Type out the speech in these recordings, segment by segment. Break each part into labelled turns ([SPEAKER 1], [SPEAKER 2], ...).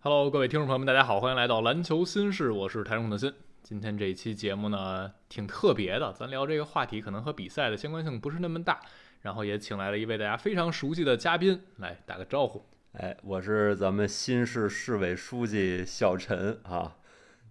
[SPEAKER 1] Hello，各位听众朋友们，大家好，欢迎来到篮球新事，我是台中的新。今天这一期节目呢，挺特别的，咱聊这个话题可能和比赛的相关性不是那么大，然后也请来了一位大家非常熟悉的嘉宾来打个招呼。
[SPEAKER 2] 哎，我是咱们新市市委书记小陈啊，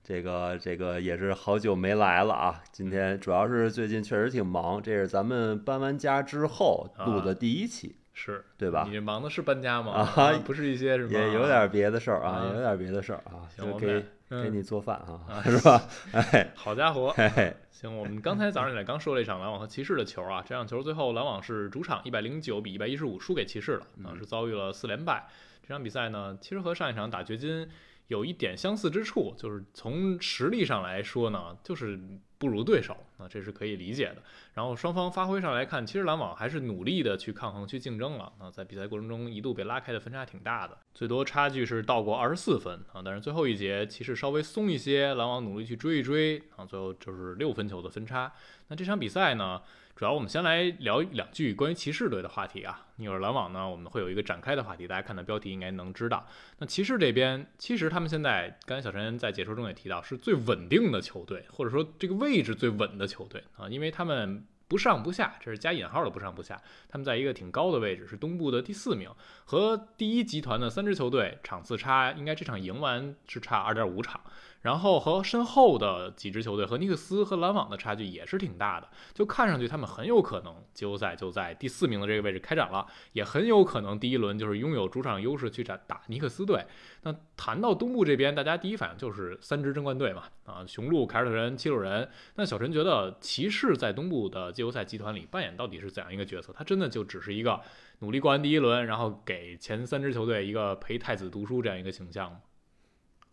[SPEAKER 2] 这个这个也是好久没来了啊。今天主要是最近确实挺忙，这是咱们搬完家之后
[SPEAKER 1] 啊
[SPEAKER 2] 录的第一期，
[SPEAKER 1] 是
[SPEAKER 2] 对吧
[SPEAKER 1] 你？这忙的是搬家吗？
[SPEAKER 2] 啊
[SPEAKER 1] 不是一些什么，
[SPEAKER 2] 也有点别的事儿啊，
[SPEAKER 1] 啊
[SPEAKER 2] 也有点别的事儿啊，
[SPEAKER 1] 行
[SPEAKER 2] 就
[SPEAKER 1] 我
[SPEAKER 2] 给
[SPEAKER 1] 们嗯
[SPEAKER 2] 给你做饭啊
[SPEAKER 1] 啊，
[SPEAKER 2] 是吧？ 哎，
[SPEAKER 1] 好家伙，
[SPEAKER 2] 嘿嘿，
[SPEAKER 1] 行，我们刚才早上起来刚说了一场篮网和骑士的球啊，这场球最后篮网是主场一百零九比一百一十五输给骑士了，啊
[SPEAKER 2] 嗯
[SPEAKER 1] 是遭遇了四连败。这场比赛呢，其实和上一场打掘金有一点相似之处，就是从实力上来说呢，就是不如对手啊，这是可以理解的。然后双方发挥上来看，其实篮网还是努力的去抗衡、去竞争了啊，在比赛过程中一度被拉开的分差挺大的，最多差距是到过二十四分啊，但是最后一节骑士稍微松一些，篮网努力去追一追啊，最后就是六分球的分差。那这场比赛呢，主要我们先来聊两句关于骑士队的话题啊。你有篮网呢，我们会有一个展开的话题，大家看到标题应该能知道。那骑士这边，其实他们现在，刚才小陈在解说中也提到，是最稳定的球队，或者说这个位置最稳的球队啊，因为他们不上不下，这是加引号的不上不下，他们在一个挺高的位置，是东部的第四名，和第一集团的三支球队场次差，应该这场赢完是差二点五场。然后和身后的几支球队，和尼克斯和篮网的差距也是挺大的，就看上去他们很有可能季后赛就在第四名的这个位置开展了，也很有可能第一轮就是拥有主场优势去打打尼克斯队。那谈到东部这边，大家第一反应就是三支争冠队嘛，啊，雄鹿、凯尔特人、七六人。那小陈觉得骑士在东部的季后赛集团里扮演到底是怎样一个角色？他真的就只是一个努力过完第一轮，然后给前三支球队一个陪太子读书这样一个形象吗？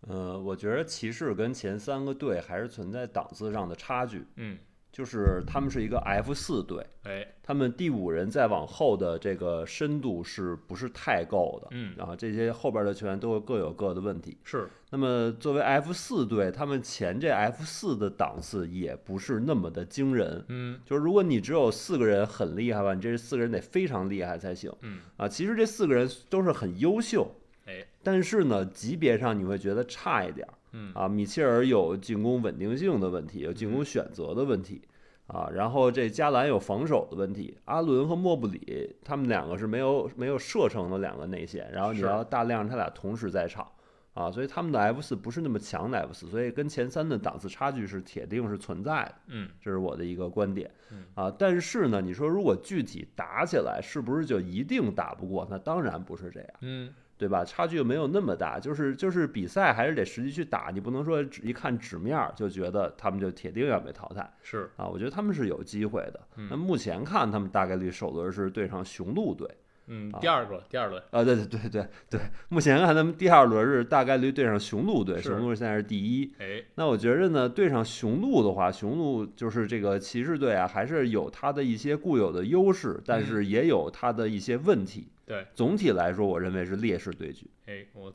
[SPEAKER 2] 呃，我觉得骑士跟前三个队还是存在档次上的差距，
[SPEAKER 1] 嗯，
[SPEAKER 2] 就是他们是一个 F 四队，
[SPEAKER 1] 哎，
[SPEAKER 2] 他们第五人再往后的这个深度是不是太够的？
[SPEAKER 1] 嗯
[SPEAKER 2] 然后这些后边的球员都各有各的问题。
[SPEAKER 1] 是，
[SPEAKER 2] 那么作为 F 四队，他们前这 F 四的档次也不是那么的惊人。
[SPEAKER 1] 嗯
[SPEAKER 2] 就是如果你只有四个人很厉害吧，你这四个人得非常厉害才行
[SPEAKER 1] 嗯，
[SPEAKER 2] 啊。其实这四个人都是很优秀，
[SPEAKER 1] 哎，
[SPEAKER 2] 但是呢，级别上你会觉得差一点儿。
[SPEAKER 1] 嗯
[SPEAKER 2] 啊，米切尔有进攻稳定性的问题，有进攻选择的问题啊，然后这加兰有防守的问题，阿伦和莫布里他们两个是没有没有射程的两个内线，然后你
[SPEAKER 1] 是
[SPEAKER 2] 要大量他俩同时在场啊，所以他们的 F 四不是那么强的 F 四，所以跟前三的档次差距是铁定是存在的，
[SPEAKER 1] 嗯
[SPEAKER 2] 这是我的一个观点
[SPEAKER 1] 嗯
[SPEAKER 2] 啊。但是呢，你说如果具体打起来，是不是就一定打不过？那当然不是这样。
[SPEAKER 1] 嗯，
[SPEAKER 2] 对吧？差距没有那么大，就是就是比赛还是得实际去打，你不能说只一看纸面儿就觉得他们就铁定要被淘汰
[SPEAKER 1] 是，
[SPEAKER 2] 啊。我觉得他们是有机会的。那
[SPEAKER 1] 嗯
[SPEAKER 2] 目前看，他们大概率首轮是对上雄鹿队，
[SPEAKER 1] 嗯，
[SPEAKER 2] 啊
[SPEAKER 1] 第二个，第二轮，
[SPEAKER 2] 啊，对对对对对，目前看他们第二轮是大概率对上雄鹿队，
[SPEAKER 1] 是
[SPEAKER 2] 雄鹿现在是第一。
[SPEAKER 1] 哎，
[SPEAKER 2] 那我觉着呢，对上雄鹿的话，雄鹿就是这个骑士队啊，还是有它的一些固有的优势，但是也有它的一些问题。
[SPEAKER 1] 嗯对，
[SPEAKER 2] 总体来说，我认为是劣势对局。
[SPEAKER 1] 哎，我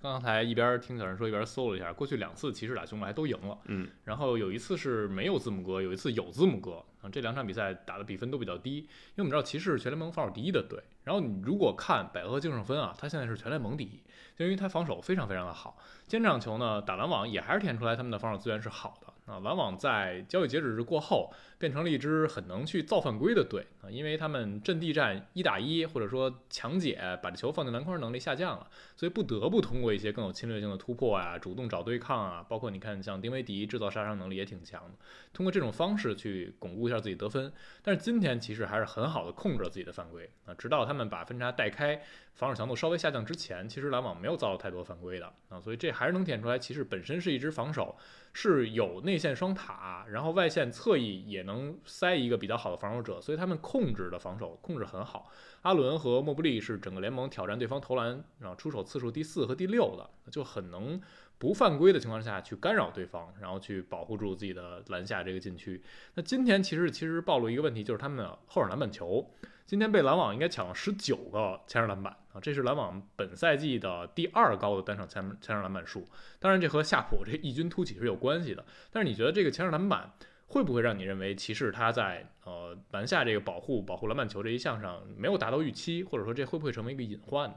[SPEAKER 1] 刚才一边听小人说，一边搜了一下，过去两次骑士打雄鹿还都赢了，
[SPEAKER 2] 嗯，
[SPEAKER 1] 然后有一次是没有字母哥，有一次有字母哥，啊，这两场比赛打的比分都比较低，因为我们知道骑士是全联盟防守第一的队，然后你如果看百合净胜分啊，他现在是全联盟第一，就因为他防守非常非常的好，今天这场球呢，打篮网也还是体现出来他们的防守资源是好的。啊，篮网在交易截止日过后，变成了一支很能去造犯规的队啊，因为他们阵地战一打一，或者说抢解把这球放进篮筐能力下降了，所以不得不通过一些更有侵略性的突破啊，主动找对抗啊，包括你看像丁威迪制造杀伤能力也挺强的，通过这种方式去巩固一下自己得分。但是今天其实还是很好的控制了自己的犯规啊，直到他们把分差带开，防守强度稍微下降之前，其实篮网没有造到太多犯规的啊，所以这还是能体现出来，骑士本身是一支防守是有内线双塔，然后外线侧翼也能塞一个比较好的防守者，所以他们控制的防守控制很好。阿伦和莫布利是整个联盟挑战对方投篮然后出手次数第四和第六的，就很能不犯规的情况下去干扰对方，然后去保护住自己的篮下这个禁区。那今天其实其实暴露一个问题，就是他们的后场篮板球，今天被篮网应该抢了十九个前场篮板啊，这是篮网本赛季的第二高的单场前前场篮板数。当然，这和夏普这异军突起是有关系的。但是你觉得这个前场篮板会不会让你认为骑士他在呃篮下这个保护保护篮板球这一项上没有达到预期，或者说这会不会成为一个隐患呢？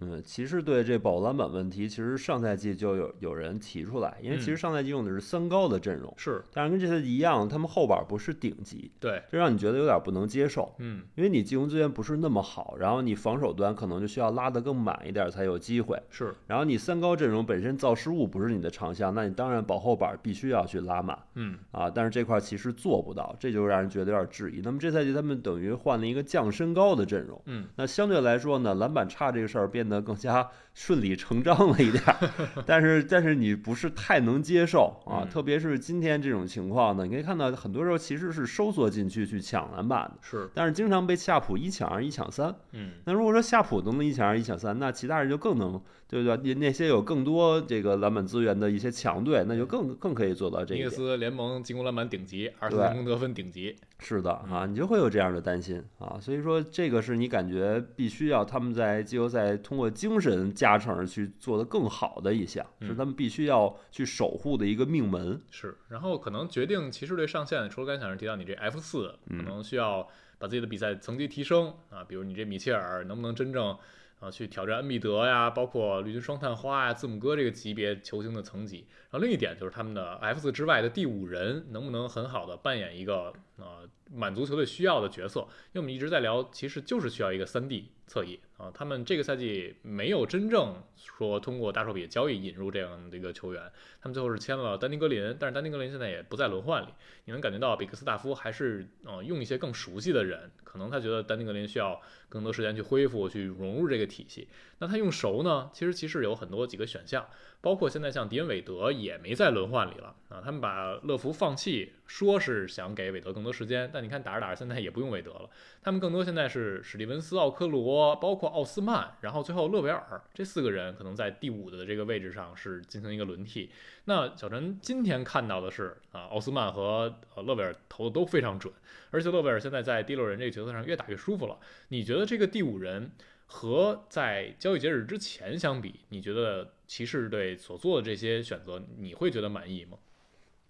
[SPEAKER 2] 嗯，骑士队这保篮板问题，其实上赛季就有有人提出来，因为其实
[SPEAKER 1] 嗯
[SPEAKER 2] 上赛季用的是三高的阵容，
[SPEAKER 1] 是
[SPEAKER 2] 但是跟这赛季一样，他们后板不是顶级，
[SPEAKER 1] 对，
[SPEAKER 2] 这让你觉得有点不能接受。
[SPEAKER 1] 嗯，
[SPEAKER 2] 因为你进攻资源不是那么好，然后你防守端可能就需要拉得更满一点才有机会，
[SPEAKER 1] 是，
[SPEAKER 2] 然后你三高阵容本身造失误不是你的长项，那你当然保后板必须要去拉满
[SPEAKER 1] 嗯，
[SPEAKER 2] 啊，但是这块其实做不到，这就让人觉得有点质疑。那么这赛季他们等于换了一个降身高的阵容，
[SPEAKER 1] 嗯，
[SPEAKER 2] 那相对来说呢，篮板差这个事儿变得更加 顺理成章了一点 儿，但是但是你不是太能接受啊，
[SPEAKER 1] 嗯
[SPEAKER 2] 特别是今天这种情况呢，你可以看到很多时候其实是收缩禁区去抢篮板的，
[SPEAKER 1] 是，
[SPEAKER 2] 但是经常被夏普一抢二一抢三。
[SPEAKER 1] 嗯，
[SPEAKER 2] 那如果说夏普都能一抢二一抢三，那其他人就更能，对不对？那些有更多这个篮板资源的一些强队，那就更更可以做到这
[SPEAKER 1] 尼
[SPEAKER 2] 一
[SPEAKER 1] 克
[SPEAKER 2] 点。
[SPEAKER 1] 斯联盟进攻篮板顶级，二十
[SPEAKER 2] 对
[SPEAKER 1] 三分得分顶级，
[SPEAKER 2] 是的啊，
[SPEAKER 1] 嗯
[SPEAKER 2] 你就会有这样的担心啊，所以说这个是你感觉必须要他们在季后赛通过精神加成去做得更好的一项，
[SPEAKER 1] 嗯
[SPEAKER 2] 是他们必须要去守护的一个命门。
[SPEAKER 1] 是。然后可能决定骑士队上限，除了刚才小人提到你这 F 四，可
[SPEAKER 2] 嗯
[SPEAKER 1] 能需要把自己的比赛层级提升啊，比如你这米切尔能不能真正啊去挑战恩比德呀，包括绿军双探花呀、字母哥这个级别球星的层级。然后另一点就是他们的 F 四之外的第五人能不能很好的扮演一个呃满足球队需要的角色？因为我们一直在聊，其实就是需要一个三 D 侧翼啊。他们这个赛季没有真正说通过大手笔交易引入这样的一个球员，他们最后是签了丹尼格林，但是丹尼格林现在也不在轮换里，你能感觉到比克斯大夫还是呃用一些更熟悉的人，可能他觉得丹尼格林需要更多时间去恢复，去融入这个体系。那他用熟呢，其实骑士有很多几个选项，包括现在像迪恩韦德也没在轮换里了啊。他们把乐福放弃，说是想给韦德更多时间，但你看打着打着现在也不用韦德了，他们更多现在是史蒂文斯、奥科罗，包括奥斯曼，然后最后勒维尔这四个人可能在第五的这个位置上是进行一个轮替。那小陈今天看到的是啊，奥斯曼和呃勒维尔投的都非常准，而且勒维尔现在在第六人这个角色上越打越舒服了。你觉得这个第五人和在交易截止之前相比，你觉得骑士队所做的这些选择，你会觉得满意吗？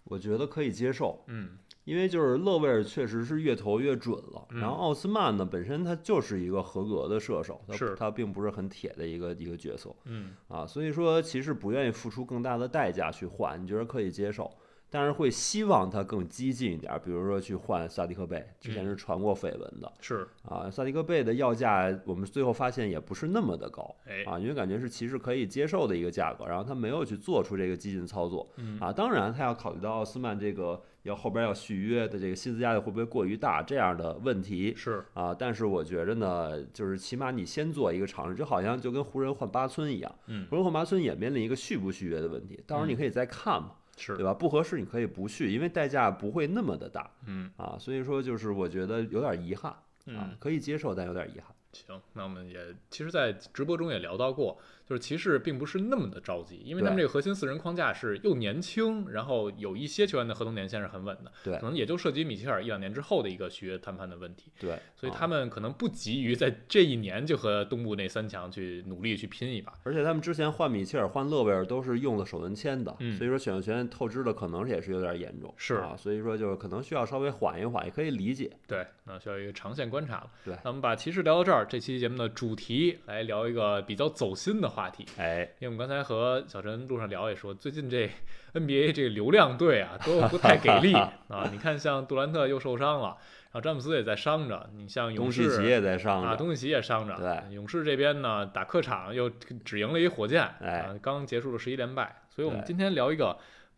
[SPEAKER 2] 我觉得可以接受，
[SPEAKER 1] 嗯
[SPEAKER 2] 因为就是勒维尔确实是越投越准了，
[SPEAKER 1] 嗯
[SPEAKER 2] 然后奥斯曼呢本身他就是一个合格的射手，他
[SPEAKER 1] 是
[SPEAKER 2] 他并不是很铁的一个一个角色
[SPEAKER 1] 嗯
[SPEAKER 2] 啊，所以说骑士不愿意付出更大的代价去换，你觉得可以接受，但是会希望他更激进一点，比如说去换萨迪克贝，之前是传过绯闻的、
[SPEAKER 1] 是，
[SPEAKER 2] 啊，萨迪克贝的要价我们最后发现也不是那么的高。
[SPEAKER 1] 哎，
[SPEAKER 2] 啊，因为感觉是骑士可以接受的一个价格，然后他没有去做出这个激进操作，
[SPEAKER 1] 嗯
[SPEAKER 2] 啊，当然他要考虑到奥斯曼这个要后边要续约的这个薪资压力会不会过于大这样的问题
[SPEAKER 1] 是，
[SPEAKER 2] 啊，但是我觉着呢，就是起码你先做一个尝试，就好像就跟湖人换巴村一样，
[SPEAKER 1] 嗯
[SPEAKER 2] 湖人换巴村也面临一个续不续约的问题，到时候你可以再看嘛，对
[SPEAKER 1] 是，
[SPEAKER 2] 吧？不合适你可以不续，因为代价不会那么的大
[SPEAKER 1] 嗯
[SPEAKER 2] 啊，所以说就是我觉得有点遗憾啊
[SPEAKER 1] 嗯，，
[SPEAKER 2] 可以接受，但有点遗憾。
[SPEAKER 1] 行，那我们也其实，在直播中也聊到过，就是骑士并不是那么的着急，因为他们
[SPEAKER 2] 对
[SPEAKER 1] 这个核心四人框架是又年轻，然后有一些球员的合同年限是很稳的，
[SPEAKER 2] 对
[SPEAKER 1] 可能也就涉及米切尔一两年之后的一个续约谈判的问题，
[SPEAKER 2] 对，
[SPEAKER 1] 所以
[SPEAKER 2] 啊
[SPEAKER 1] 他们可能不急于在这一年就和东部那三强去努力去拼一把。
[SPEAKER 2] 而且他们之前换米切尔、换勒维尔都是用了首轮签的，
[SPEAKER 1] 嗯
[SPEAKER 2] 所以说选秀权透支的可能也是有点严重，
[SPEAKER 1] 是
[SPEAKER 2] 啊，所以说就是可能需要稍微缓一缓，也可以理解。
[SPEAKER 1] 对，那需要一个长线观察了。
[SPEAKER 2] 对
[SPEAKER 1] 那我们把骑士聊到这儿，这期节目的主题来聊一个比较走心的话题，
[SPEAKER 2] 哎，
[SPEAKER 1] 因为我们刚才和小陈路上聊也说，最近这 NBA 这个流量队啊都不太给力啊。你看，像杜兰特又受伤了，然后詹姆斯也在伤着，你像勇
[SPEAKER 2] 东契奇
[SPEAKER 1] 士
[SPEAKER 2] 也在上
[SPEAKER 1] 啊，
[SPEAKER 2] 着，
[SPEAKER 1] 东契奇也伤着。
[SPEAKER 2] 对，
[SPEAKER 1] 勇士这边呢打客场又只赢了一火箭，
[SPEAKER 2] 哎
[SPEAKER 1] 啊，刚结束了十一连败。所以我们
[SPEAKER 2] 对
[SPEAKER 1] 今天聊一个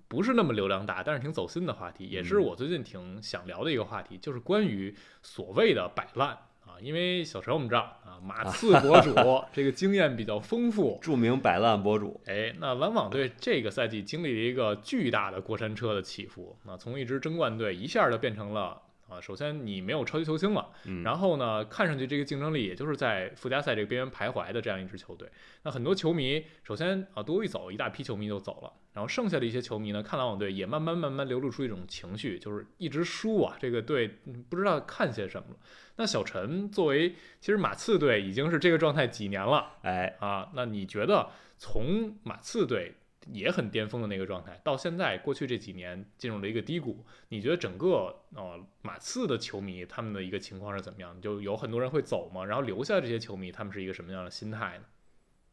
[SPEAKER 1] 不是那么流量大，但是挺走心的话题，也是
[SPEAKER 2] 嗯
[SPEAKER 1] 我最近挺想聊的一个话题，就是关于所谓的摆烂。啊，因为小陈我们知道啊，马刺博 主这个经验比较丰富，
[SPEAKER 2] 著名摆烂博主，
[SPEAKER 1] 哎，那篮网队这个赛季经历了一个巨大的过山车的起伏，那从一支争冠队一下就变成了啊，首先你没有超级球星了，
[SPEAKER 2] 嗯
[SPEAKER 1] 然后呢，看上去这个竞争力也就是在附加赛这个边缘徘徊的这样一支球队。那很多球迷，首先啊，多一走一大批球迷就走了，然后剩下的一些球迷呢，看篮网队也慢慢慢慢流露出一种情绪，就是一直输啊，这个队嗯不知道看些什么了。那小陈作为其实马刺队已经是这个状态几年了。
[SPEAKER 2] 哎，
[SPEAKER 1] 啊，那你觉得从马刺队也很巅峰的那个状态，到现在过去这几年进入了一个低谷，你觉得整个呃马刺的球迷他们的一个情况是怎么样？就有很多人会走吗？然后留下这些球迷他们是一个什么样的心态呢？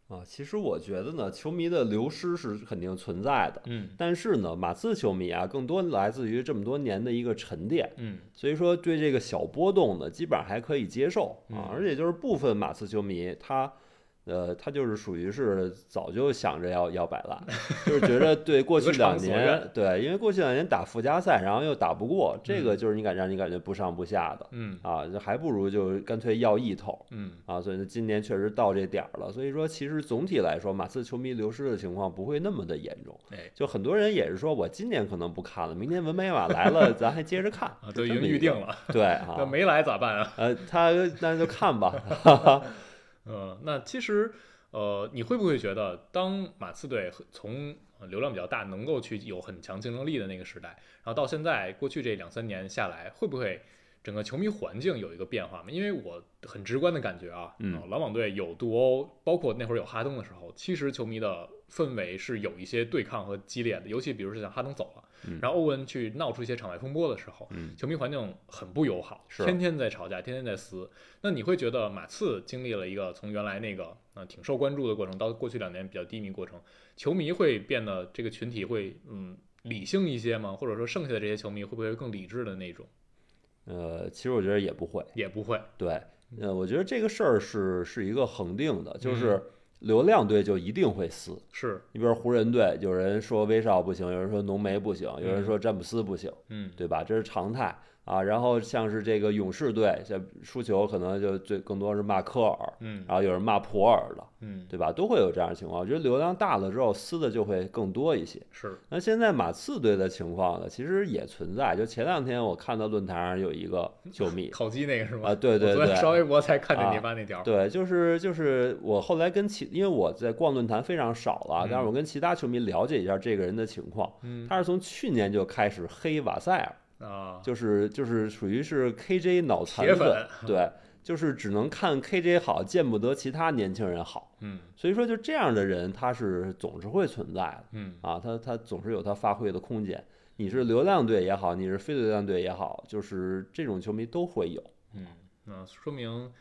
[SPEAKER 2] 啊，其实我觉得呢，球迷的流失是肯定存在的，
[SPEAKER 1] 嗯
[SPEAKER 2] 但是呢，马刺球迷啊，更多来自于这么多年的一个沉淀，
[SPEAKER 1] 嗯
[SPEAKER 2] 所以说对这个小波动呢，基本上还可以接受
[SPEAKER 1] 嗯
[SPEAKER 2] 啊。而且就是部分马刺球迷，他呃，他就是属于是早就想着要要摆 烂，就是觉得对过去
[SPEAKER 1] 得偿
[SPEAKER 2] 两
[SPEAKER 1] 所
[SPEAKER 2] 年
[SPEAKER 1] 愿，
[SPEAKER 2] 对，因为过去两年打附加赛，然后又打不过，这个就是你感让你感觉不上不下的
[SPEAKER 1] 嗯
[SPEAKER 2] 啊，就还不如就干脆要一桶。
[SPEAKER 1] 嗯
[SPEAKER 2] 啊，所以呢，今年确实到这点儿了。所以说，其实总体来说，马刺球迷流失的情况不会那么的严重。
[SPEAKER 1] 哎
[SPEAKER 2] 就很多人也是说，我今年可能不看了，明年文梅瓦来了，咱还接着看
[SPEAKER 1] 啊，都
[SPEAKER 2] 就
[SPEAKER 1] 已
[SPEAKER 2] 这
[SPEAKER 1] 经
[SPEAKER 2] 么一
[SPEAKER 1] 预
[SPEAKER 2] 个
[SPEAKER 1] 定了，
[SPEAKER 2] 对
[SPEAKER 1] 那
[SPEAKER 2] 啊，
[SPEAKER 1] 没来咋办啊？
[SPEAKER 2] 呃，他那就 看吧。
[SPEAKER 1] 呃，那其实呃，你会不会觉得，当马刺队和从呃流量比较大，能够去有很强竞争力的那个时代，然后到现在过去这两三年下来，会不会整个球迷环境有一个变化吗？因为我很直观的感觉啊，
[SPEAKER 2] 嗯
[SPEAKER 1] 呃篮网队有杜欧，包括那会儿有哈登的时候，其实球迷的氛围是有一些对抗和激烈的，尤其比如说像哈登走了，
[SPEAKER 2] 嗯
[SPEAKER 1] 然后欧文去闹出一些场外风波的时候，
[SPEAKER 2] 嗯
[SPEAKER 1] 球迷环境很不友好，
[SPEAKER 2] 是
[SPEAKER 1] 天天在吵架，天天在撕。那你会觉得马刺经历了一个从原来那个呃挺受关注的过程，到过去两年比较低迷过程，球迷会变得这个群体会嗯理性一些吗？或者说剩下的这些球迷会不会更理智的那种？
[SPEAKER 2] 呃，其实我觉得也不会。
[SPEAKER 1] 也不会，
[SPEAKER 2] 对，
[SPEAKER 1] 嗯
[SPEAKER 2] 呃，我觉得这个事儿是是一个恒定的，就是流量队就一定会撕。
[SPEAKER 1] 是，
[SPEAKER 2] 你比如湖人队，有人说威少不行，有人说浓眉不行，有人
[SPEAKER 1] 嗯
[SPEAKER 2] 说詹姆斯不行。
[SPEAKER 1] 嗯，
[SPEAKER 2] 对吧？这是常态啊。然后像是这个勇士队，像输球可能就最更多是骂科尔，
[SPEAKER 1] 嗯
[SPEAKER 2] 然后有人骂普尔的，
[SPEAKER 1] 嗯，
[SPEAKER 2] 啊对吧？都会有这样的情况。我觉得流量大了之后，撕的就会更多一些。
[SPEAKER 1] 是，，
[SPEAKER 2] 那现在马刺队的情况呢，其实也存在。就前两天我看到论坛上有一个球迷
[SPEAKER 1] 烤鸡那个是吗？
[SPEAKER 2] 啊对对
[SPEAKER 1] 我昨天
[SPEAKER 2] 对
[SPEAKER 1] 刷微博才看见
[SPEAKER 2] 啊
[SPEAKER 1] 你发那条，
[SPEAKER 2] 对，就是就是我后来跟其，因为我在逛论坛非常少了啊，但是
[SPEAKER 1] 嗯
[SPEAKER 2] 我跟其他球迷了解一下这个人的情况。
[SPEAKER 1] 嗯
[SPEAKER 2] 他是从去年就开始黑瓦塞尔，
[SPEAKER 1] 啊，
[SPEAKER 2] 就是就是属于是 KJ 脑残
[SPEAKER 1] 铁
[SPEAKER 2] 粉
[SPEAKER 1] 粉，
[SPEAKER 2] 对，就是只能看 KJ 好，见不得其他年轻人好。
[SPEAKER 1] 嗯
[SPEAKER 2] 所以说，就这样的人，他是总是会存在的
[SPEAKER 1] 嗯
[SPEAKER 2] 啊，他他总是有他发挥的空间。你是流量队也好，你是非流量队也好，就是这种球迷都会有。
[SPEAKER 1] 嗯，那说明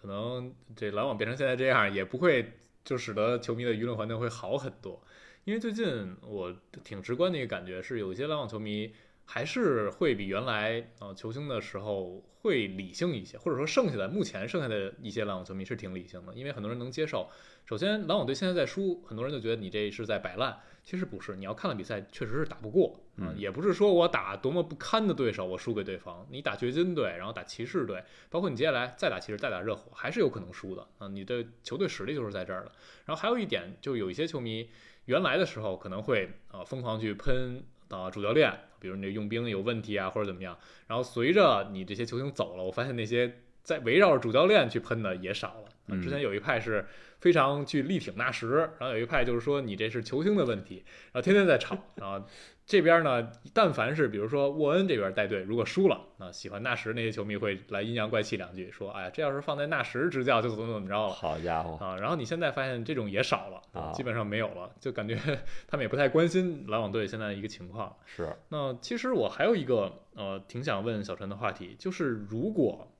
[SPEAKER 1] 可能这篮网变成现在这样，也不会就使得球迷的舆论环境会好很多。因为最近我挺直观的一个感觉是，有一些篮网球迷还是会比原来呃球星的时候会理性一些，或者说剩下的目前剩下的一些篮网球迷是挺理性的，因为很多人能接受。首先，篮网队现在在输，很多人就觉得你这是在摆烂，其实不是。你要看了比赛，确实是打不过啊、也不是说我打多么不堪的对手，我输给对方。你打掘金队，然后打骑士队，包括你接下来再打骑士，再打热火，还是有可能输的啊！你的球队实力就是在这儿的。然后还有一点，就有一些球迷原来的时候可能会啊、呃疯狂去喷啊、主教练，比如你这用兵有问题啊，或者怎么样。然后随着你这些球星走了，我发现那些在围绕着主教练去喷的也少了。啊
[SPEAKER 2] 嗯
[SPEAKER 1] 之前有一派是非常去力挺纳什，然后有一派就是说你这是球星的问题，然后天天在吵啊。这边呢，但凡是比如说沃恩这边带队，如果输了，啊，喜欢纳什那些球迷会来阴阳怪气两句，说哎呀，这要是放在纳什执教就怎么怎么着了。
[SPEAKER 2] 好家伙，
[SPEAKER 1] 啊，然后你现在发现这种也少了，
[SPEAKER 2] 啊
[SPEAKER 1] 基本上没有了，就感觉 他们也不太关心篮网队现在的一个情况。
[SPEAKER 2] 是
[SPEAKER 1] 那其实我还有一个呃，挺想问小陈的话题，就是如果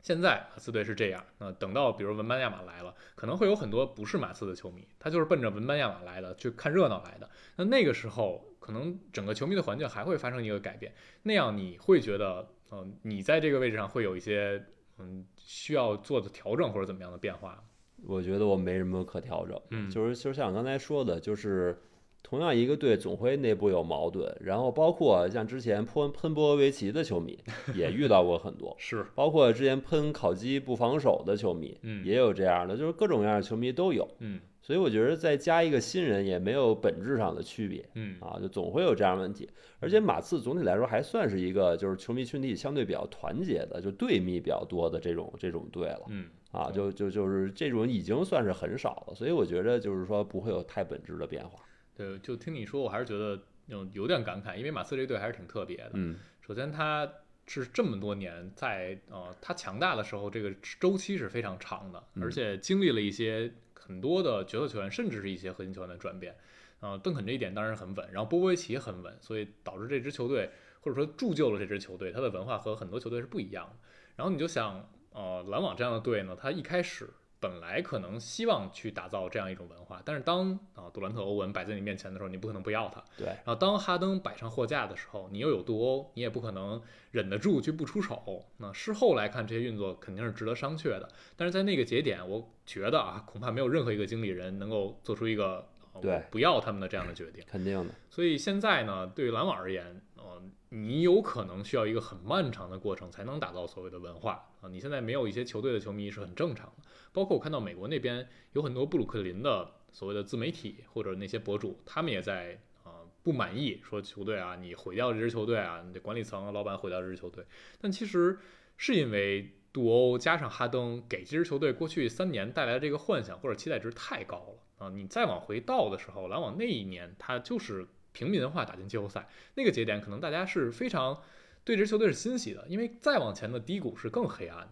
[SPEAKER 1] 现在马刺队是这样，那等到比如文班亚马来了，可能会有很多不是马刺的球迷，他就是奔着文班亚马来的，去看热闹来的。那那个时候，可能整个球迷的环境还会发生一个改变，那样你会觉得，嗯、你在这个位置上会有一些嗯需要做的调整或者怎么样的变化？
[SPEAKER 2] 我觉得我没什么可调整。
[SPEAKER 1] 嗯，
[SPEAKER 2] 就是就像我刚才说的，就是同样一个队总会内部有矛盾，然后包括像之前喷喷波维奇的球迷也遇到过很多，
[SPEAKER 1] 是，
[SPEAKER 2] 包括之前喷烤鸡不防守的球迷
[SPEAKER 1] 嗯
[SPEAKER 2] 也有这样的，就是各种各样的球迷都有。
[SPEAKER 1] 嗯
[SPEAKER 2] 所以我觉得再加一个新人也没有本质上的区别
[SPEAKER 1] 嗯
[SPEAKER 2] 啊，就总会有这样的问题。而且马刺总体来说还算是一个就是球迷群体相对比较团结的，就队迷比较多的这种这种队了。
[SPEAKER 1] 嗯
[SPEAKER 2] 啊，就就就是这种已经算是很少了，所以我觉得就是说不会有太本质的变化。
[SPEAKER 1] 对，就听你说，我还是觉得有有点感慨，因为马刺这队还是挺特别的。
[SPEAKER 2] 嗯，
[SPEAKER 1] 首先，他是这么多年在呃，他强大的时候，这个周期是非常长的，
[SPEAKER 2] 嗯
[SPEAKER 1] 而且经历了一些很多的决策权，甚至是一些核心球员的转变。呃，邓肯这一点当然很稳，然后波波维奇也很稳，所以导致这支球队或者说铸就了这支球队，它的文化和很多球队是不一样的。然后你就想，呃，篮网这样的队呢，它一开始本来可能希望去打造这样一种文化，但是当啊杜兰特、欧文摆在你面前的时候，你不可能不要他。
[SPEAKER 2] 对
[SPEAKER 1] 然后当哈登摆上货架的时候，你又有杜欧，你也不可能忍得住去不出手。那事后来看，这些运作肯定是值得商榷的。但是在那个节点，我觉得啊，恐怕没有任何一个经理人能够做出一个、呃、
[SPEAKER 2] 对
[SPEAKER 1] 我不要他们的这样的决定。
[SPEAKER 2] 肯定的，
[SPEAKER 1] 所以现在呢，对于篮网而言，呃，你有可能需要一个很漫长的过程才能打造所谓的文化啊、你现在没有一些球队的球迷是很正常的，包括我看到美国那边有很多布鲁克林的所谓的自媒体或者那些博主，他们也在啊、呃不满意，说球队啊，你毁掉这支球队啊，你的管理层、老板毁掉这支球队。但其实是因为杜欧加上哈登给这支球队过去三年带来的这个幻想或者期待值太高了啊！你再往回倒的时候，篮网那一年他就是平民化打进季后赛，那个节点可能大家是非常对这支球队是欣喜的，因为再往前的低谷是更黑暗的。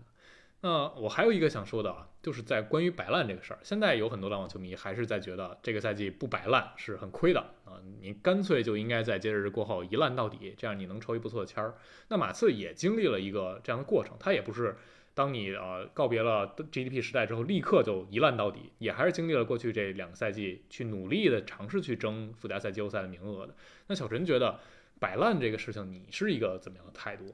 [SPEAKER 1] 那我还有一个想说的啊，就是在关于摆烂这个事儿，现在有很多篮网球迷还是在觉得这个赛季不摆烂是很亏的啊，你干脆就应该在节日过后一烂到底，这样你能抽一不错的签儿。那马刺也经历了一个这样的过程，他也不是当你呃告别了 GDP 时代之后立刻就一烂到底，也还是经历了过去这两个赛季去努力的尝试去争附加赛季后赛的名额的。那小陈觉得摆烂这个事情，你是一个怎么样的态度？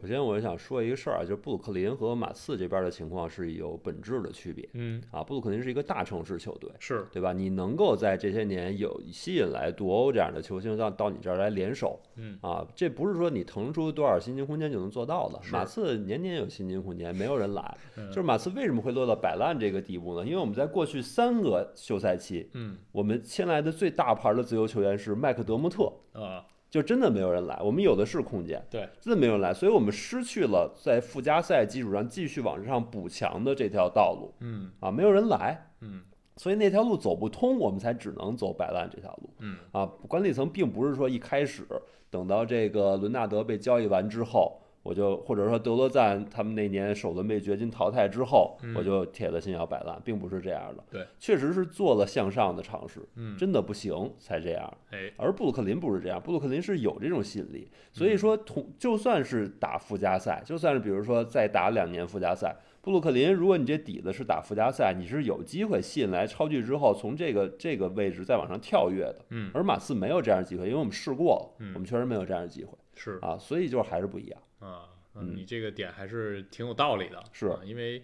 [SPEAKER 2] 首先，我想说一个事儿啊，就是布鲁克林和马刺这边的情况是有本质的区别
[SPEAKER 1] 嗯，
[SPEAKER 2] 啊。布鲁克林是一个大城市球队，
[SPEAKER 1] 是
[SPEAKER 2] 对吧？你能够在这些年有吸引来杜欧这样的球星到到你这儿来联手，
[SPEAKER 1] 嗯
[SPEAKER 2] 啊，这不是说你腾出多少薪金空间就能做到的。
[SPEAKER 1] 是
[SPEAKER 2] 马刺年年有薪金空间，没有人来，
[SPEAKER 1] 嗯
[SPEAKER 2] 就是马刺为什么会落到摆烂这个地步呢？因为我们在过去三个休赛期，
[SPEAKER 1] 嗯
[SPEAKER 2] 我们签来的最大牌的自由球员是麦克德穆特，
[SPEAKER 1] 啊，
[SPEAKER 2] 就真的没有人来，我们有的是空间，
[SPEAKER 1] 对，
[SPEAKER 2] 真的没有人来，所以我们失去了在附加赛基础上继续往上补强的这条道路
[SPEAKER 1] 嗯
[SPEAKER 2] 啊，没有人来，
[SPEAKER 1] 嗯
[SPEAKER 2] 所以那条路走不通，我们才只能走摆烂这条路
[SPEAKER 1] 嗯
[SPEAKER 2] 啊。管理层并不是说一开始等到这个伦纳德被交易完之后。我就或者说德罗赞他们那年首轮被掘金淘汰之后，
[SPEAKER 1] 嗯
[SPEAKER 2] 我就铁了心要摆烂，并不是这样的。
[SPEAKER 1] 对，
[SPEAKER 2] 确实是做了向上的尝试，
[SPEAKER 1] 嗯，
[SPEAKER 2] 真的不行才这样。
[SPEAKER 1] 哎，
[SPEAKER 2] 而布鲁克林不是这样，布鲁克林是有这种吸引力，所
[SPEAKER 1] 嗯
[SPEAKER 2] 以说同就算是打附加赛，就算是比如说再打两年附加赛，布鲁克林如果你这底子是打附加赛，你是有机会吸引来超巨之后从这个这个位置再往上跳跃的。
[SPEAKER 1] 嗯
[SPEAKER 2] 而马刺没有这样的机会，因为我们试过了
[SPEAKER 1] 嗯，
[SPEAKER 2] 我们确实没有这样的机会
[SPEAKER 1] 是
[SPEAKER 2] 啊，所以就还是不一样。
[SPEAKER 1] 啊，
[SPEAKER 2] 嗯
[SPEAKER 1] 嗯，你这个点还是挺有道理的，
[SPEAKER 2] 是
[SPEAKER 1] 啊因为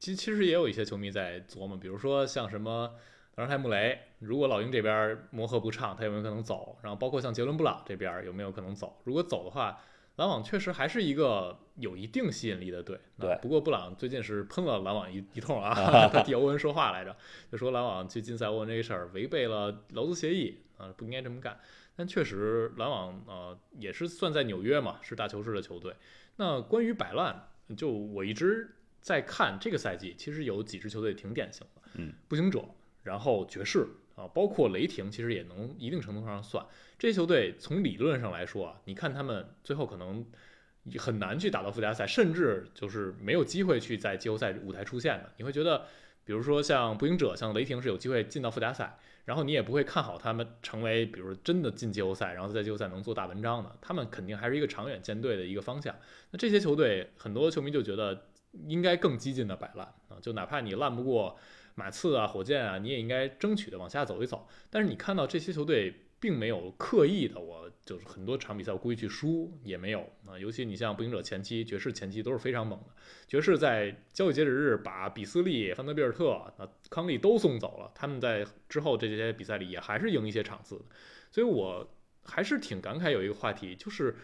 [SPEAKER 1] 其其实也有一些球迷在琢磨，比如说像什么德尔泰穆雷，如果老鹰这边磨合不畅，他有没有可能走？然后包括像杰伦布朗这边有没有可能走？如果走的话，篮网确实还是一个有一定吸引力的队。
[SPEAKER 2] 对
[SPEAKER 1] 啊不过布朗最近是喷了篮网一一 通啊，他替欧文说话来着，就说篮网去禁赛欧文这个事儿违背了劳资协议啊，不应该这么干。但确实，篮网呃也是算在纽约嘛，是大球市的球队。那关于摆烂，就我一直在看这个赛季，其实有几支球队挺典型的，
[SPEAKER 2] 嗯，
[SPEAKER 1] 步行者，然后爵士啊，包括雷霆，其实也能一定程度上算这些球队。从理论上来说啊，你看他们最后可能也很难去打到附加赛，甚至就是没有机会去在季后赛舞台出现的。你会觉得，比如说像步行者、像雷霆是有机会进到附加赛，然后你也不会看好他们成为，比如说真的进季后赛，然后在季后赛能做大文章的。他们肯定还是一个长远建队的一个方向。那这些球队，很多球迷就觉得应该更激进的摆烂啊，就哪怕你烂不过马刺啊、火箭啊，你也应该争取的往下走一走。但是你看到这些球队。并没有刻意的，我就是很多场比赛我故意去输也没有啊。尤其你像步行者前期、爵士前期都是非常猛的，爵士在交易截止日把比斯利、范德比尔特、那康利都送走了，他们在之后这些比赛里也还是赢一些场次的，所以我还是挺感慨有一个话题，就是，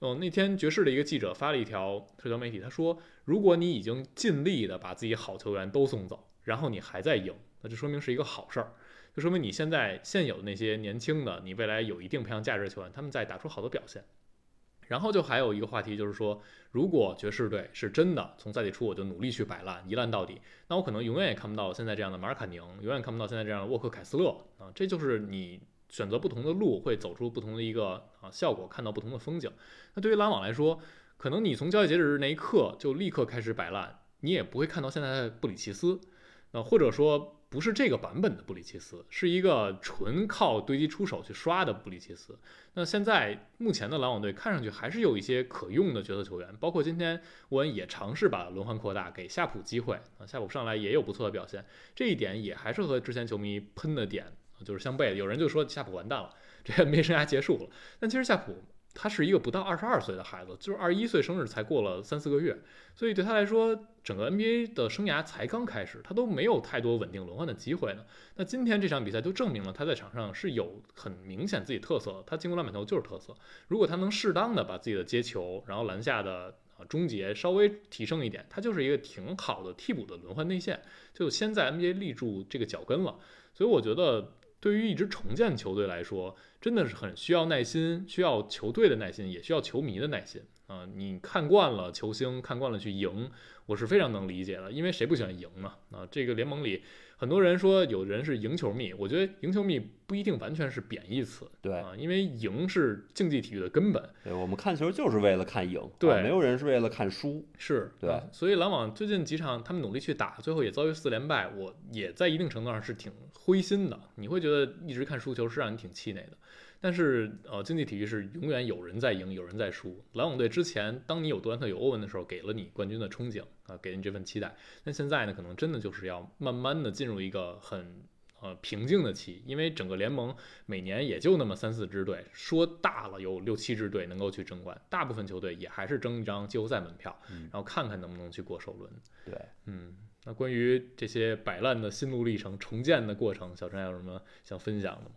[SPEAKER 1] 嗯、那天爵士的一个记者发了一条社交媒体，他说，如果你已经尽力的把自己好球员都送走，然后你还在赢，那这说明是一个好事儿。就说明你现在现有的那些年轻的，你未来有一定培养价值的球员，他们在打出好的表现。然后就还有一个话题，就是说，如果爵士队是真的从赛季初我就努力去摆烂，一烂到底，那我可能永远也看不到现在这样的马尔坎宁，永远看不到现在这样的沃克凯斯勒啊。这就是你选择不同的路，会走出不同的一个啊效果，看到不同的风景。那对于篮网来说，可能你从交易截止日那一刻就立刻开始摆烂，你也不会看到现在的布里奇斯。那或者说不是这个版本的布里奇斯，是一个纯靠堆积出手去刷的布里奇斯。那现在目前的篮网队看上去还是有一些可用的角色球员，包括今天沃恩也尝试把轮换扩大，给夏普机会啊，夏普上来也有不错的表现，这一点也还是和之前球迷喷的点就是相悖的。有人就说夏普完蛋了，这 NBA 生涯结束了，但其实夏普。他是一个不到二十二岁的孩子，就是二十一岁生日才过了三四个月，所以对他来说，整个 NBA 的生涯才刚开始，他都没有太多稳定轮换的机会呢。那今天这场比赛就证明了他在场上是有很明显自己特色的，他进攻篮板球就是特色。如果他能适当的把自己的接球，然后篮下的啊终结稍微提升一点，他就是一个挺好的替补的轮换内线，就先在 NBA 立住这个脚跟了。所以我觉得。对于一支重建球队来说，真的是很需要耐心，需要球队的耐心，也需要球迷的耐心啊、呃！你看惯了球星，看惯了去赢，我是非常能理解的，因为谁不喜欢赢嘛？啊、呃，这个联盟里很多人说有人是赢球迷，我觉得赢球迷不一定完全是贬义词，
[SPEAKER 2] 对
[SPEAKER 1] 啊、呃，因为赢是竞技体育的根本。
[SPEAKER 2] 对，我们看球就是为了看赢，
[SPEAKER 1] 对、
[SPEAKER 2] 啊，没有人是为了看输，
[SPEAKER 1] 是哎
[SPEAKER 2] 对。
[SPEAKER 1] 所以篮网最近几场他们努力去打，最后也遭遇四连败，我也在一定程度上是挺灰心的。你会觉得一直看输球是让你挺气馁的。但是，呃，竞技体育是永远有人在赢，有人在输。篮网队之前，当你有杜兰特、有欧文的时候，给了你冠军的憧憬啊，给你这份期待。但现在呢，可能真的就是要慢慢的进入一个很呃平静的期，因为整个联盟每年也就那么三四支队，说大了有六七支队能够去争冠，大部分球队也还是争一张季后赛门票，然后看看能不能去过首轮。
[SPEAKER 2] 对，
[SPEAKER 1] 嗯。那关于这些摆烂的心路历程、重建的过程，小陈还有什么想分享的吗？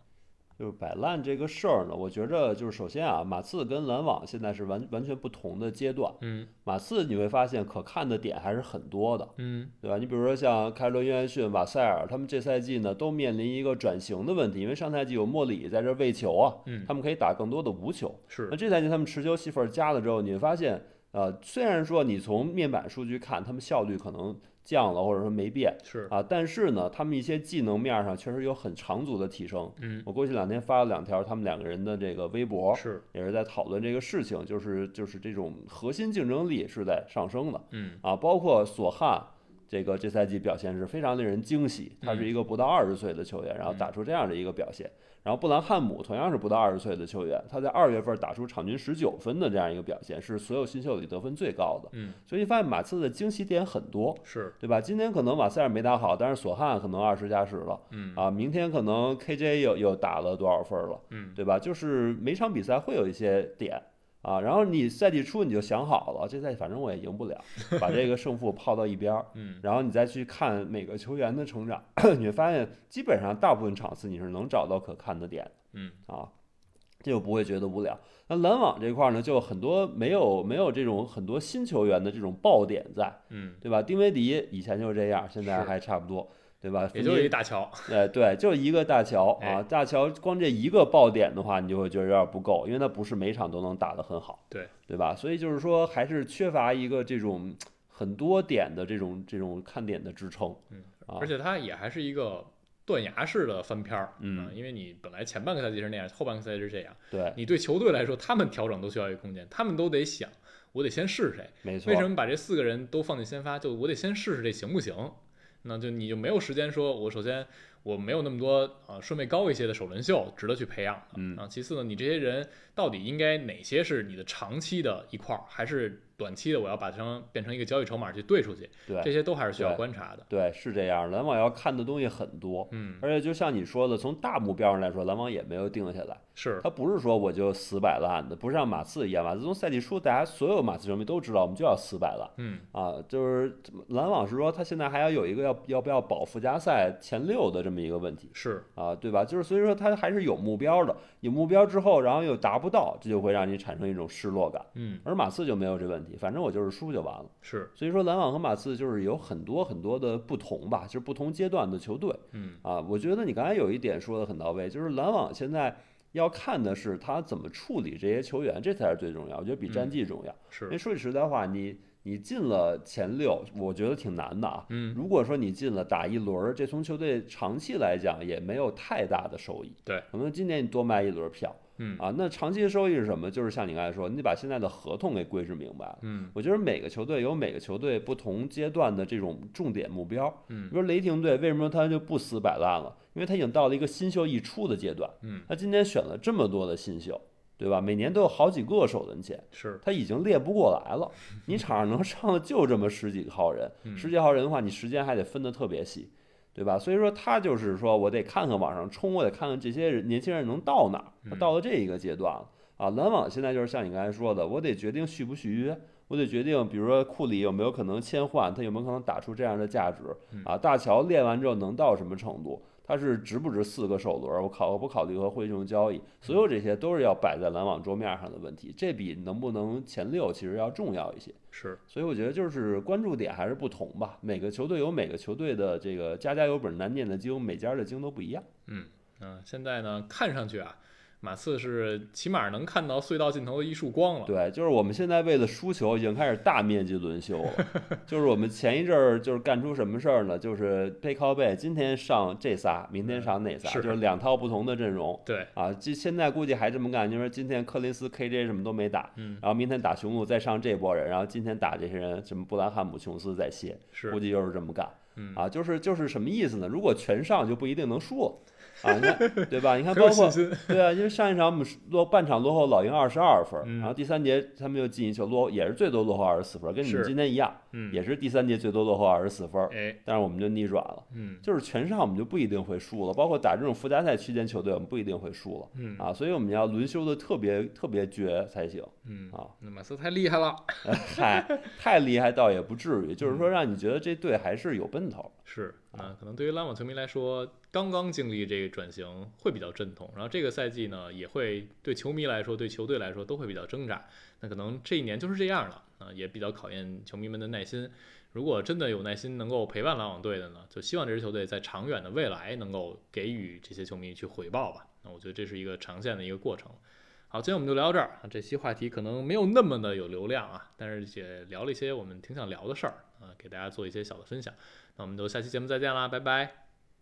[SPEAKER 2] 就是摆烂这个事儿呢，我觉着就是首先啊，马刺跟篮网现在是完完全不同的阶段。
[SPEAKER 1] 嗯，
[SPEAKER 2] 马刺你会发现可看的点还是很多的，
[SPEAKER 1] 嗯，
[SPEAKER 2] 对吧？你比如说像凯伦·约翰逊、瓦塞尔，他们这赛季呢都面临一个转型的问题，因为上赛季有莫里在这喂球啊，
[SPEAKER 1] 嗯
[SPEAKER 2] 他们可以打更多的无球。
[SPEAKER 1] 是
[SPEAKER 2] 那这赛季他们持球戏份加了之后，你会发现，呃，虽然说你从面板数据看，他们效率可能降了，或者说没变，
[SPEAKER 1] 是，
[SPEAKER 2] 啊，但是呢，他们一些技能面上确实有很长足的提升。
[SPEAKER 1] 嗯，
[SPEAKER 2] 我过去两天发了两条他们两个人的这个微博，
[SPEAKER 1] 是，
[SPEAKER 2] 也是在讨论这个事情，就是就是这种核心竞争力是在上升的
[SPEAKER 1] 嗯，
[SPEAKER 2] 啊，包括索汉。这个这赛季表现是非常令人惊喜，他
[SPEAKER 1] 嗯
[SPEAKER 2] 是一个不到二十岁的球员，然后打出这样的一个表现。然后布兰汉姆同样是不到二十岁的球员，他在二月份打出场均十九分的这样一个表现，是所有新秀里得分最高的。
[SPEAKER 1] 嗯，
[SPEAKER 2] 所以你发现马刺的惊喜点很多，
[SPEAKER 1] 是，
[SPEAKER 2] 对吧？今天可能瓦塞尔没打好，但是索汉可能二十加十了
[SPEAKER 1] 嗯，
[SPEAKER 2] 啊。明天可能 KJ 又又打了多少分了，
[SPEAKER 1] 嗯，
[SPEAKER 2] 对吧？就是每场比赛会有一些点啊，然后你赛季初你就想好了，这赛季反正我也赢不了，把这个胜负抛到一边儿，
[SPEAKER 1] 嗯，
[SPEAKER 2] 然后你再去看每个球员的成长， 你会发现基本上大部分场次你是能找到可看的点
[SPEAKER 1] 嗯，
[SPEAKER 2] 啊，这就不会觉得无聊。那篮网这块儿呢，就很多没有没有这种很多新球员的这种爆点在。
[SPEAKER 1] 嗯，
[SPEAKER 2] 对吧？丁威迪以前就是这样，现在
[SPEAKER 1] 是
[SPEAKER 2] 还差不多，对吧？
[SPEAKER 1] 也
[SPEAKER 2] 芬
[SPEAKER 1] 就是一
[SPEAKER 2] 尼，
[SPEAKER 1] 大乔，
[SPEAKER 2] 呃，对，就是一个大乔
[SPEAKER 1] 哎
[SPEAKER 2] 啊，大乔光这一个爆点的话，你就会觉得有点不够，因为他不是每场都能打得很好，
[SPEAKER 1] 对
[SPEAKER 2] 对吧？所以就是说，还是缺乏一个这种很多点的这种这种看点的支撑，
[SPEAKER 1] 嗯
[SPEAKER 2] 啊
[SPEAKER 1] 而且他也还是一个断崖式的翻篇儿，
[SPEAKER 2] 嗯
[SPEAKER 1] 啊因为你本来前半个赛季是那样，后半个赛季是这样，
[SPEAKER 2] 对，
[SPEAKER 1] 你对球队来说，他们调整都需要一个空间，他们都得想，我得先试谁，
[SPEAKER 2] 没错
[SPEAKER 1] 为，什么把这四个人都放进先发？就我得先试试这行不行？那就你就没有时间说，我首先我没有那么多啊、呃顺位高一些的首轮秀值得去培养的，
[SPEAKER 2] 嗯
[SPEAKER 1] 啊，其次呢，你这些人到底应该哪些是你的长期的一块儿，还是短期的？我要把它成变成一个交易筹码去兑出去，这
[SPEAKER 2] 对
[SPEAKER 1] 些都还是需要
[SPEAKER 2] 对
[SPEAKER 1] 观察的。
[SPEAKER 2] 对，是这样。篮网要看的东西很多，
[SPEAKER 1] 嗯，
[SPEAKER 2] 而且就像你说的，从大目标上来说，篮网也没有定下来。
[SPEAKER 1] 是，
[SPEAKER 2] 他不是说我就死摆烂的，不是像马刺一样，马刺从赛季初大家所有马刺球迷都知道，我们就要死摆烂
[SPEAKER 1] 嗯
[SPEAKER 2] 啊，就是篮网是说他现在还要有一个要要不要保附加赛前六的这么一个问题
[SPEAKER 1] 是，
[SPEAKER 2] 啊，对吧？就是所以说他还是有目标的，有目标之后，然后又达不到，这就会让你产生一种失落感。
[SPEAKER 1] 嗯
[SPEAKER 2] 而马刺就没有这问题，反正我就是输就完了。
[SPEAKER 1] 是，
[SPEAKER 2] 所以说篮网和马刺就是有很多很多的不同吧，就是不同阶段的球队。
[SPEAKER 1] 嗯
[SPEAKER 2] 啊，我觉得你刚才有一点说的很到位，就是篮网现在要看的是他怎么处理这些球员，这才是最重要。我觉得比战绩重要。因为
[SPEAKER 1] 是，
[SPEAKER 2] 说句实在话，你你进了前六，我觉得挺难的啊。
[SPEAKER 1] 嗯
[SPEAKER 2] 如果说你进了打一轮儿，这从球队长期来讲也没有太大的收益。
[SPEAKER 1] 对，
[SPEAKER 2] 可能今年你多卖一轮儿票，
[SPEAKER 1] 嗯
[SPEAKER 2] 啊，那长期的收益是什么？就是像你刚才说，你把现在的合同给规制明白了。
[SPEAKER 1] 嗯
[SPEAKER 2] 我觉得每个球队有每个球队不同阶段的这种重点目标。
[SPEAKER 1] 嗯
[SPEAKER 2] 比如雷霆队为什么他就不死摆烂了？因为他已经到了一个新秀溢出的阶段。
[SPEAKER 1] 嗯，
[SPEAKER 2] 他今年选了这么多的新秀，对吧？每年都有好几个首轮签，
[SPEAKER 1] 是
[SPEAKER 2] 他已经列不过来了。你场上能上的就这么十几号人，
[SPEAKER 1] 嗯
[SPEAKER 2] 十几号人的话，你时间还得分得特别细，对吧？所以说他就是说我得看看往上冲，我得看看这些人年轻人能到哪儿。他
[SPEAKER 1] 嗯
[SPEAKER 2] 到了这一个阶段了啊，篮网现在就是像你刚才说的，我得决定续不续约。我得决定，比如说库里有没有可能切换，他有没有可能打出这样的价值
[SPEAKER 1] 嗯
[SPEAKER 2] 啊？大乔练完之后能到什么程度？他是值不值四个首轮？我考我不考虑和灰熊交易？所有这些都是要摆在篮网桌面上的问题，这比能不能前六其实要重要一些。
[SPEAKER 1] 是，
[SPEAKER 2] 所以我觉得就是关注点还是不同吧，每个球队有每个球队的这个家家有本难念的经，每家的经都不一样。
[SPEAKER 1] 嗯嗯、现在呢，看上去啊，马刺是起码能看到隧道尽头的一束光了。
[SPEAKER 2] 对，就是我们现在为了输球已经开始大面积轮休了， 就是我们前一阵儿就是干出什么事儿呢？就是背靠背，今天上这仨，明天上那仨，
[SPEAKER 1] 嗯是
[SPEAKER 2] 就是两套不同的阵容。
[SPEAKER 1] 对，
[SPEAKER 2] 啊，这现在估计还这么干，因为今天柯林斯、KJ 什么都没打，
[SPEAKER 1] 嗯
[SPEAKER 2] 然后明天打雄鹿再上这波人，然后今天打这些人，什么布兰汉姆、琼斯再歇，估
[SPEAKER 1] 是，
[SPEAKER 2] 计又是这么干。
[SPEAKER 1] 嗯，
[SPEAKER 2] 啊，就是就是什么意思呢？如果全上就不一定能输，啊，你看对吧？你看
[SPEAKER 1] 很
[SPEAKER 2] 包
[SPEAKER 1] 有信
[SPEAKER 2] 括
[SPEAKER 1] 心。
[SPEAKER 2] 对啊，因为上一场我们是落半场落后老鹰二十二分，
[SPEAKER 1] 嗯
[SPEAKER 2] 然后第三节他们又进一球落后，也是最多落后二十四分，跟你们
[SPEAKER 1] 是
[SPEAKER 2] 今天一样，
[SPEAKER 1] 嗯，
[SPEAKER 2] 也是第三节最多落后二十四分，
[SPEAKER 1] 哎，
[SPEAKER 2] 但是我们就逆转了。
[SPEAKER 1] 嗯
[SPEAKER 2] 就是全上我们就不一定会输了，包括打这种附加赛区间球队，我们不一定会输了
[SPEAKER 1] 嗯
[SPEAKER 2] 啊，所以我们要轮休的特别特别绝才行。
[SPEAKER 1] 嗯
[SPEAKER 2] 啊，
[SPEAKER 1] 那马刺太厉害了。
[SPEAKER 2] 嗨，太厉害倒也不至于，就是
[SPEAKER 1] 嗯
[SPEAKER 2] 说让你觉得这队还是有奔头。
[SPEAKER 1] 是啊，可能对于篮网球迷来说，刚刚经历这个转型会比较阵痛，然后这个赛季呢，也会对球迷来说、对球队来说都会比较挣扎。那可能这一年就是这样了啊，也比较考验球迷们的耐心。如果真的有耐心能够陪伴篮网队的呢，就希望这支球队在长远的未来能够给予这些球迷去回报吧。那我觉得这是一个长线的一个过程。好，今天我们就聊到这儿。啊这期话题可能没有那么的有流量啊，但是也聊了一些我们挺想聊的事儿啊，给大家做一些小的分享。那我们就下期节目再见啦，拜拜。